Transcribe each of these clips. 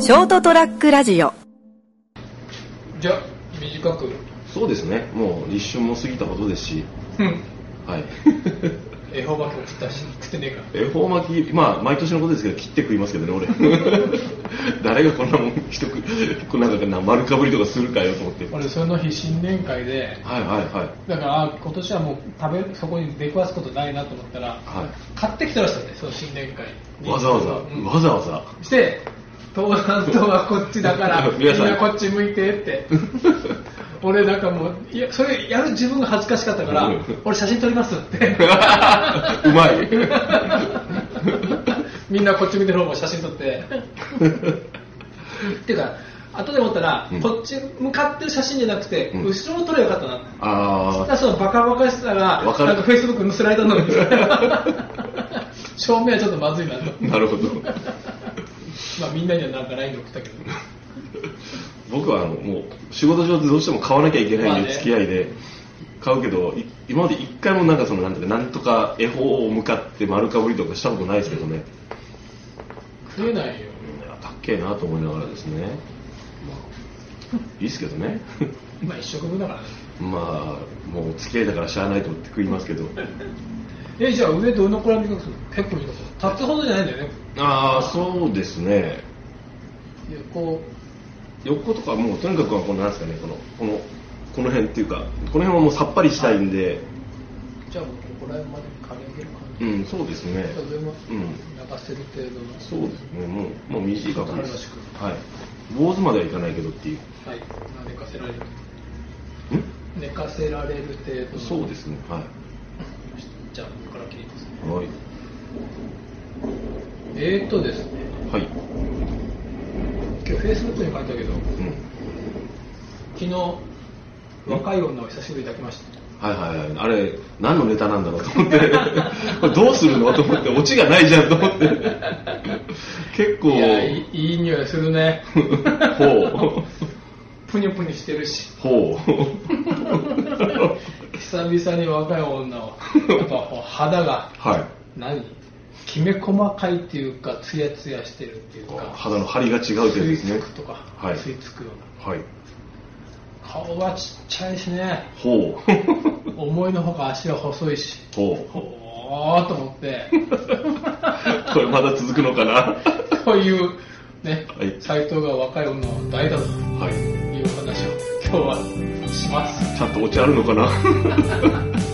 ショートトラックラジオじゃあ短くそうですね、もう立春も過ぎたことですし、はい、 恵方巻きも食ったし食ってねえか恵方巻き、まあ、毎年のことですけど、切って食いますけどね、俺、 誰がこんなもん、一口、なんか丸かぶりとかするかよと思って、はい俺その日新年会ではいはい、だからあ今年はもう食べそこに出くわすことないなと思ったらは買ってきてましたねその新年会い、わざわざ、うんわざわざ、して東南東はこっちだからみ 皆んさんなこっち向いてって 俺なんかもういやそれやる自分が恥ずかしかったからうん俺写真撮りますって うまい、みんなこっち向いてる方も写真撮って っていうか後で思ったら、うんこっち向かってる写真じゃなくて、うん後ろを撮ればよかったなってそしあたらそのバカバカしさがわかるなんかフェイスブックのスライドになる んですよ照明はちょっとまずいなと、ー、なるほど、まあ、みんなにはなんか LINE で送ったけど僕はあのもう、仕事上でどうしても買わなきゃいけまなあいんねで、付き合いで。買うけどい今まで一回もなんかそのなんていうかなんとか恵方を向かって丸かぶりとかしたことないですけどね、食えないよ高っけえなと思いながらですね、まあ、いいっすけどね まあ一食分だからねまあもう付き合いだからしゃあないと思って食いますけどえじゃあ上どのくらい短くするの結構短くする立つほどじゃないんだよねああそうですねいやこ横とかもうとにかくはこのなんですかねこのこのこの辺っていうかこの辺はもうさっぱりしたいんで、うじゃあもうここら辺まで刈り上げる感じうんそうですねじゃあ上もうん流せる程度のそうですねもうもう短くで軽々しすくはい坊主まではいかないけどっていうはいまあ寝かせられるん寝かせられる程度のそうですねはじゃあここから切りますねいはいえー、っとですねはい今日フェイスブックに書いたけどうん昨日若い女を久しぶりに抱きましたはいはいはい、あれ、何のネタなんだろうと思って、これどうするのと思って、オチがないじゃんと思って、結構、いやいいいい匂いする ね ほぷにゅぷにゅしてるしう、ほ久々に若い女をやっぱこう肌がう、はい、何きめ細かいっていうかツヤツヤしてるっていうか肌の張りが違うと吸いいうですねつく、とか、はい吸いつくようなはい、顔はちっちゃいしねほう、思いのほか足は細いしほう、おーと思って これまだ続くのかな、というねはい斎、藤が若い女を抱いたとはい、いう話を今日はしますちゃんとオチあるのかな。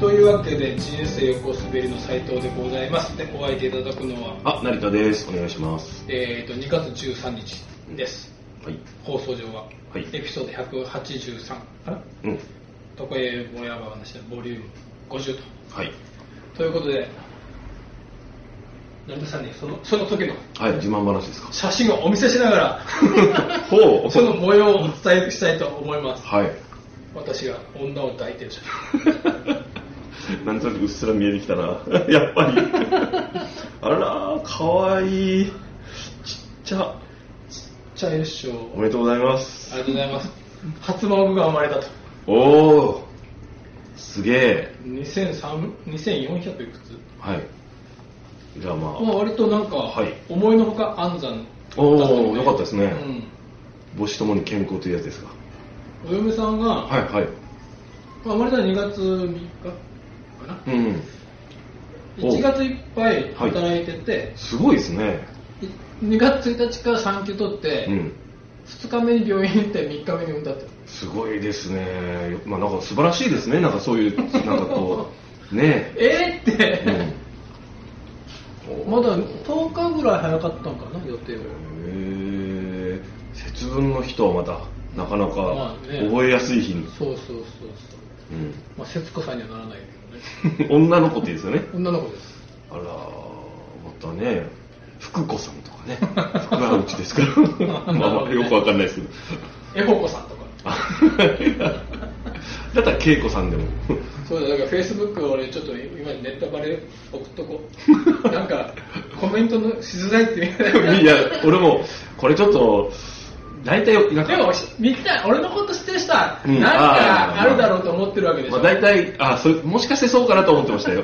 というわけで人生横滑りの斉藤でございますでお相手いただくのは、あ、成田です。お願いします。えー、と2月13日ですはい、放送上は、はいエピソード183かなうん、床へもやば話のボリューム50とはい、ということで成田さんにそのその時のはい、自慢話ですか。写真をお見せしながらほう、その模様をお伝えしたいと思いますはい。私が女を抱い てる写真なんとなくうっすら見えてきたな やっぱりあらかわいいちっちゃちっちゃいっしょおめでとうございますありがとうございます初孫が生まれたとおおすげえ2003 2400いくつはいじゃあまあまあ、割となんか、はい思いのほか安産おだたのおよかったですね、うん母子ともに健康というやつですかお嫁さんが、はいはいまあ、生まれたのは2月3日かな、うんお1月いっぱい働いてて、すごいですねい2月1日から産休取って、うん2日目に病院行って3日目に産んだってすごいですねよまあなんか素晴らしいですねなんかそういうなんかこうねえー、っえ、て、うんおーまだ10日ぐらい早かったんかな予定はへえ節分の日とはまたなかなまかあね覚えやすい日に、そうそうそうそううまあ節子さんにはならないけどね ん、女の子っていうんですよね女の子ですあらーまたね福子さんとか ね福はうちですからまあまあよくわかんないですけどえほこさんとかあ だったら恵子さんでも そうだ、だからフェイスブック俺ちょっと今ネタバレ送っとこ う。なんか、コメントのしづらいって言わないいや俺もこれちょっと大体な んでかも、みんな、俺のこと知ってる人は、うん何かあるだろうと思ってるわけでしまょ。あ、大体あそれもしかしてそうかなと思ってました よ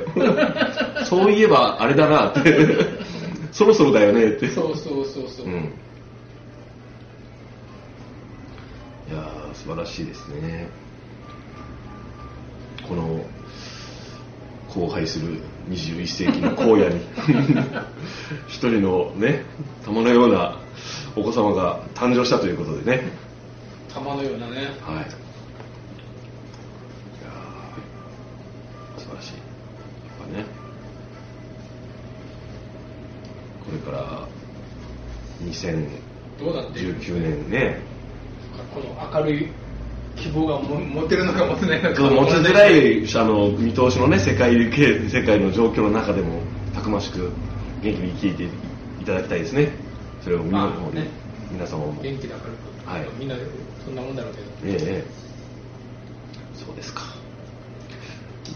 そういえばあれだなって そろそろだよねってそうそうそうそう。うん、いやー素晴らしいですねこの荒廃する21世紀の荒野に 一人のね玉のようなお子様が誕生したということでね玉のようなね。はいいやー素晴らしいやっぱねこれから2000どうなっていく19年ね、この明るい希望がも持てるのか持てないのちょっか。と持ちづら。いあの見通しのね世界経世界の状況の中でもたくましく元気に生きていただきたいですね。それを皆,、まあね皆様も。え元気だから。はいみんな、そんなもんだろうけど。えええそうですか。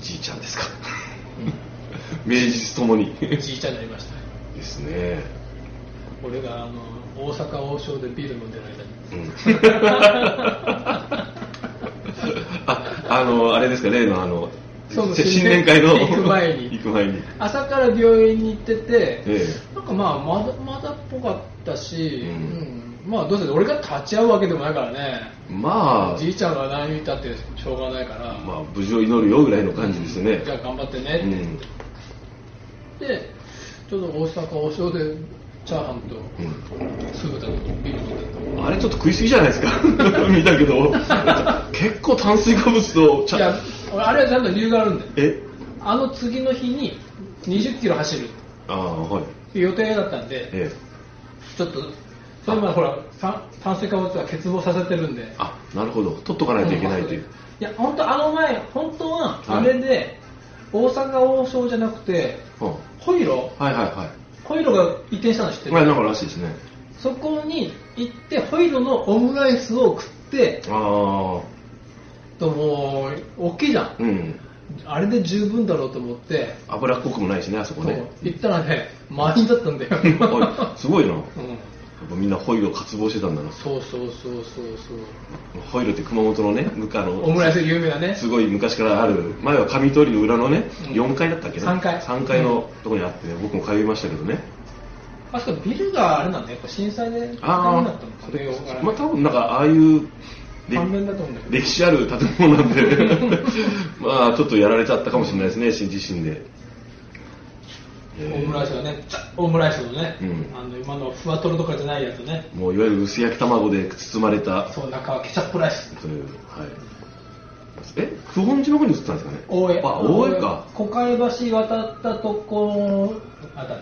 じいちゃんで すか。名実ともにうんじいちゃんになりました。ですね。俺があの大阪王将でビール飲んでる間に。うん ああのあれですか例のあのそう新年会の新年行く前に行く前に。朝から病院に行ってて、えなんかまあまだまだっぽかったし、ううんんまあどうせ俺が立ち会うわけでもないからね、え、まあじいちゃんが何言ったってしょうがないから、まあ、無事を祈るよぐらいの感じですね。じゃあ頑張ってねってう言んって、ちょうど大阪王将でチャーハンと酢豚とビール飲んでたあれちょっと食いすぎじゃないですか 見たけど結構炭水化物とちいやゃ俺あれはちゃんと理由があるんだよえあの次の日に20キロ走るっああはいていう予定だったんでええちょっとそれまでほら炭炭水化物は欠乏させてるんであなるほど取っとかないといけないという、いや本当あの前本当はあれで、大阪王将じゃなくてうんホイロはいはいはホイロが移転したの知っている、まあなんからしいですねそこに行ってホイロのオムライスを食ってあともう大きいじゃあんうんあれで十分だろうと思って、脂っこくもないしねあそこねそう行ったらね満員だったんだよ、 う おいすごいなやん、っぱみんなホイロ渇望してたんだなそうそうそうそうそうホイロって熊本のね向かいのオムライス有名だねすごい昔からある前は上通りの裏のね、うん4階だったっけな三階3階のとこにあってね僕も通いましたけどねあそこビルがあれなんだよやっぱ震災で建てなあかったのあそれをからまあ多分なんかああいうれ半面だと思うんだけど歴史ある建物なんで まあちょっとやられちゃったかもしれないですね新地震でオムライスがね、オムライスのね、うんあの今のふわとろとかじゃないやつね、もういわゆる薄焼き卵で包まれたそう中はケチャップライス、というはいえ九本地の方に移ったんですかね大江、あ大江か小海橋渡ったとこあたり、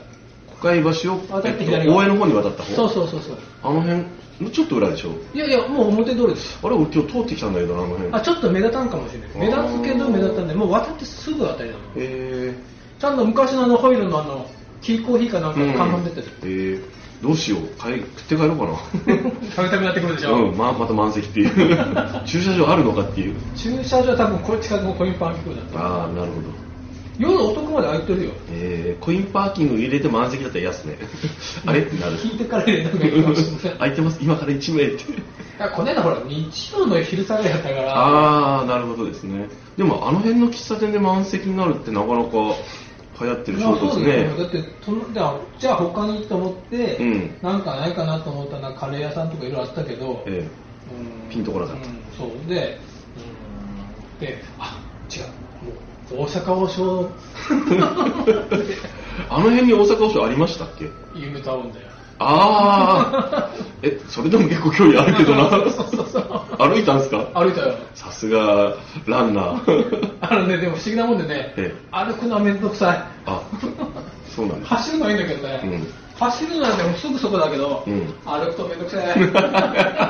国会橋を、渡ってえっと、左側大江の方に渡った方そうそうそうそう、あの辺のちょっと裏でしょいやいや、もう表通りです、あれ俺今日通ってきたんだけどなあの辺あちょっと目立たんかもしれない、目立つけど目立たない、もう渡ってすぐあたりなの、えちゃんと昔のあのホイルのあの、キーコーヒーかなんーかの看板出てる、えーどうしよう買い食って帰ろうかな食べたくなってくるでしょ、うん、まあ、また満席っていう 駐車場あるのかっていう駐車場、多分これ近くのコインパーキングだった、ああなるほど夜遅くまで空いてるよ、えー、コインパーキング入れて満席だったら 安ねあれってなる聞いてから入れた方がいいかもしれ ない。空いてます今から1名っていやこの間ほら日曜の昼下がりやったからああなるほどですねでもあの辺の喫茶店で満席になるってなかなか流行ってる証拠ですねまあそうですよだってそのじゃあじゃあ他にと思って、うんなんかないかなと思ったらカレー屋さんとかいろいろあったけど、えう んピンとこなかったうんそうで、うん、であ違うもう大阪王 将えあの辺に大阪王将ありましたっけユータウンだよああえそれでも結構距離あるけどなそうそうそう歩いたんですか歩いたよさすがランナー あのねでも不思議なもんでね、ええ歩くのは面倒くさあそうなんいです 走るのはいいんだけどね、うん走るのはでもすぐそこだけど、うん歩くと面倒く さ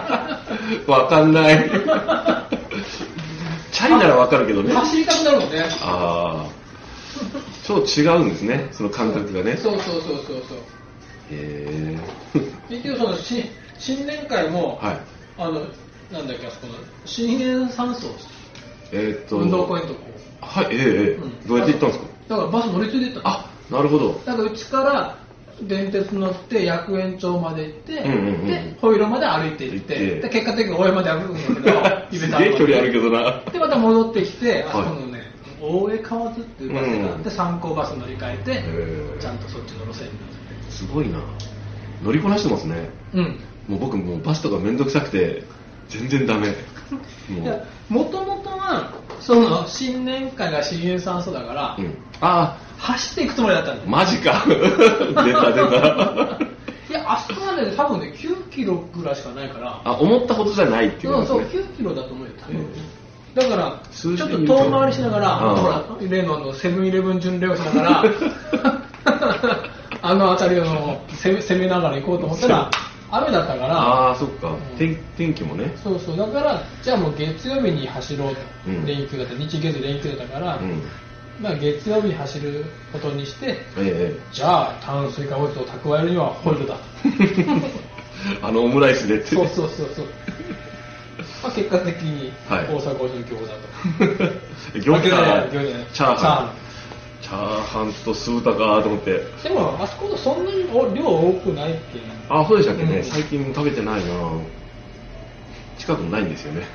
わかんないチャリならわかるけどいね 走りたくなるもんねああちょっと違うんですねその感覚がねそうそうそうそうそうへ結局そのし新年会えも、はいあのなんだっけあそこの新年山荘えーっと運動公園とかはいええええうんどうやって行ったんですかだからバス乗り継いで行ったのあなるほどだからうちから電鉄乗って薬園町まで行って、うんうんうんで保色まで歩いて行って行ってで結果的に大江まで歩くんだけど すげえ距離あるけどなでまた戻ってきて、はいあそこのね大江川津っていうバスがあっうんて三高バス乗り換えへてえちゃんとそっちの路線にすごいな乗りこなしてますねうんもう僕もうバスとか面倒くさくて全然ダメもうもともとはその新年会が新有酸素だから、うん、あ走っていくつもりだったんだよあマジか 出た出た いやあそこまで多分ね9キロぐらいしかないからあ思ったことじゃないっていそうこうとそうですね9キロだと思うよ多分、うんだからちょっ数字とで言うと遠回りしながらうんほら例のあのセブンイレブン巡礼をしな がらあの辺りを攻め攻めながら行こうと思ったら雨だったからああそっか、天天気もねそうそうだからじゃあもう月曜日に走ろうと、うん連休だった日月連休だから、うんまあ、月曜日に走ることにしてえじゃあ炭水化物を蓄えるにはホイ ルだとえあのオムライスでってそうそうそうそう。まあ、結果的にはい大阪五十餃子と。 餃子あ餃子じゃないか餃子じゃないチャーチャーハハンチャーハンと酢豚かと思ってでもあそこそんなにお量多くないっていう。あそうでしたっけね、うん最近食べてないな近くにないんですよね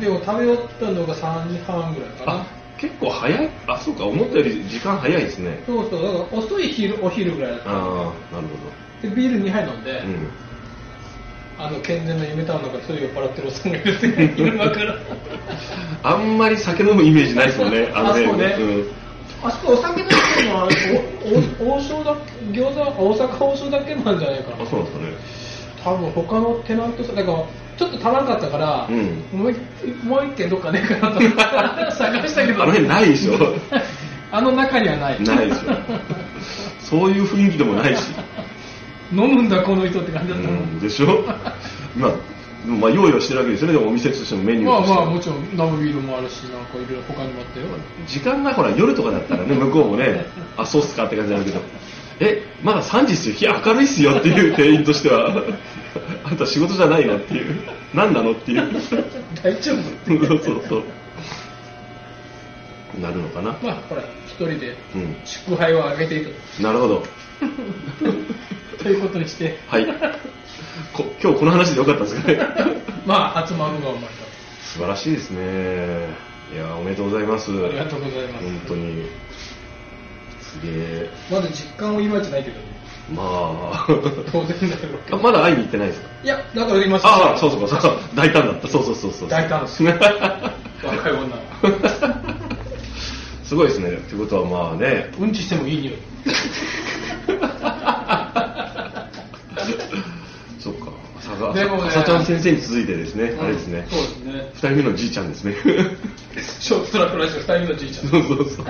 でも食べ終わったのが三時半ぐらいかあな。結構早いあそうか思ったより時間早いですねそうそうだから遅い昼お昼ぐらいだった。ああなるでビール二杯飲んで、ほどうんあの健全な夢タウンなんか一人酔っ払ってるおっさんがいるっていう 昼間から。あんまり酒飲むイメージないですもんね、の辺 あそうねうんあそこお酒出してるのはあれおお王将だ餃子は大阪王将だけなんじゃないかなあ、。そうなんです多分他のテナントさんだからちょっと足らなかったから、うんもう一もう一軒どっかねえかなと思って探したけどかね。あの辺ないでしょ。 あの中にはないないでしょ。 そういう雰囲気でもないし。 飲むんだこの人って感じうだったもん、ん、でしょ。まあ、でもまあ、用意はしてるわけですよね、でもお店としてもメニュまあーとしてまもあもちろんラブビールもあるしなんかいろいろ他にもあったよ 時間がほら、夜とかだったらね、向こうもね、あ、そうっすかって感じになるけど、え、まだ3時っすよ、日明るいっすよっていう店員としては、 あんた仕事じゃないなっていう、何なのっていう。大丈夫 そうそうそう。なるのかな。まあほら一人でうん。祝杯をあげていくなるほど。 ということにしてはい。こ今日この話でよかったですかね。まあ初孫が生まれ素晴らしいですね。いやおめでとうございまたす。ありがとうございます、本当に。すげえ。まだ実感をいまいちないけどねま当然だけどあ。 まだ会いに行ってないですかいやだから今ああ、そうそうそうそう。大胆だった。そうそうそうそう。大 胆です若い女はすごいですね。ってことはまあね、うんちしてもいい匂いそっか。朝が、でもね朝ちゃん先生に続いてですね、あれですね。そうですね二人目のじいちゃんですね。 ショートラックラジオ2人目のじいちゃんそうそうそう。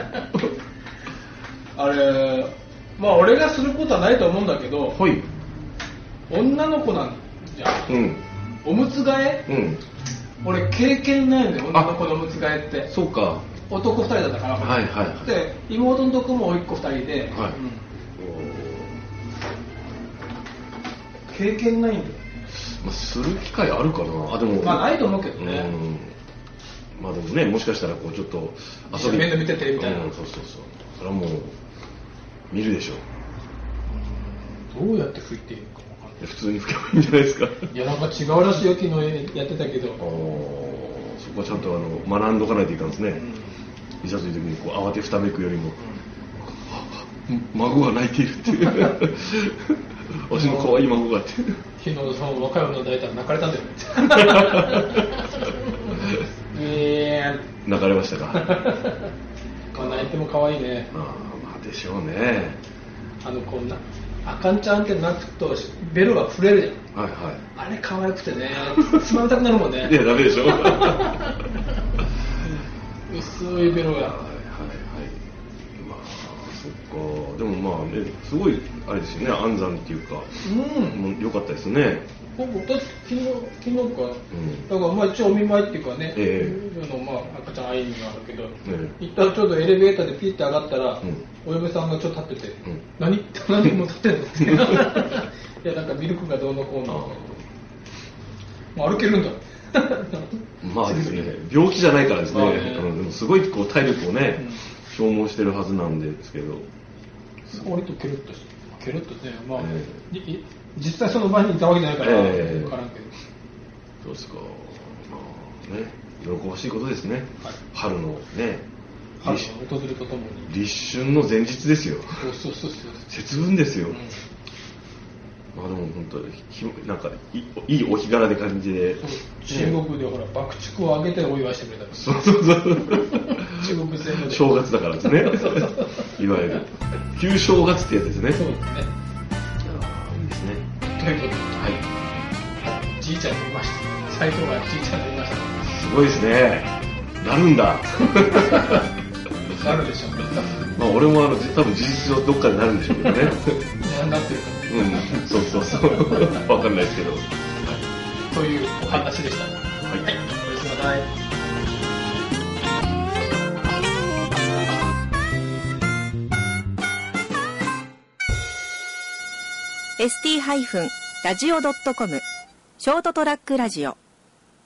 あれまあ俺がすることはないと思うんだけどほい。女の子なんじゃんうん。おむつ替えうん。俺経験ないんだよ女の子のおむつ替えってそうか。男2人だったから、はいはいはい。で妹のとこも甥っ子2人で、はいうん経験ないんだよまあ、する機会あるかなあでもまあないと思うけどねうんまあでもねもしかしたらこうちょっと一緒に面倒見ててみたいなうんそうそうそうそれはもう見るでしょうどうやって拭いていいのか分かんないで普通に吹けばいいんじゃないですかいやなんか違うらしいよ昨日やってたけど、あーそこはちゃんとあの学んどかないといかんですね、いざという時にこう慌てふためくよりも、ああ孫が泣いているっていう私の可愛い孫がって昨日その若い女抱いたら泣かれた んだよねえ泣かれました かーまあ泣いても可愛いねあーまあでしょうねあのこんなあかんちゃんって泣くとベロが触れるじはいはいゃんあれ可愛くてねつまみたくなるもんねいや、ダメでしょ。はいは い薄いベロがはい。まあ、そっか。でもまあね、すごい、あれですよね、安産っていうか、うんもう良かったですね。僕だって昨日昨日かうん。だからまあ一応お見舞いっていうかね、えあのまあ赤ちゃん会いにはあるけど、え一旦ちょうどエレベーターでピッて上がったら、うんお嫁さんがちょっと立ってて、うん何何もう立って んのっていやなんかミルクがどうのこうのあもう歩けるんだまあですね、病気じゃないからですね、まあねあのでもすごいこう体力をね、うん消耗してるはずなんですけど、割とケロッとして、ケロッとね、まあ、いえい実際その場にいたわけじゃないから、ええ分からんけど、どうですか、まあね、喜ばしいことですね、はい春のね、春立が訪れるとともに、立春の前日ですよ、そうそうそうそう、節分ですよ、うんまあでも本当ひなんかいいいお日柄で感じで、中国でほら、爆竹をあげてお祝いしてくれたからそうそうそう。 中国全部で。正月だからですね。いわゆる。旧正月ってやつですね。そうですね。あーいいですね。ということで、はい。じいちゃんといました。斎藤がじいちゃんといましすごいですね。なるんだ。た。なるでしょう。まあ俺もあの、多分事実上どっかでなるんでしょうけどね。何なってるか。うん、そうそうそう。わかんないですけど。は。というお話でした。はいい、おやすみなさい。 ST-radio.com ショートトラックラジオ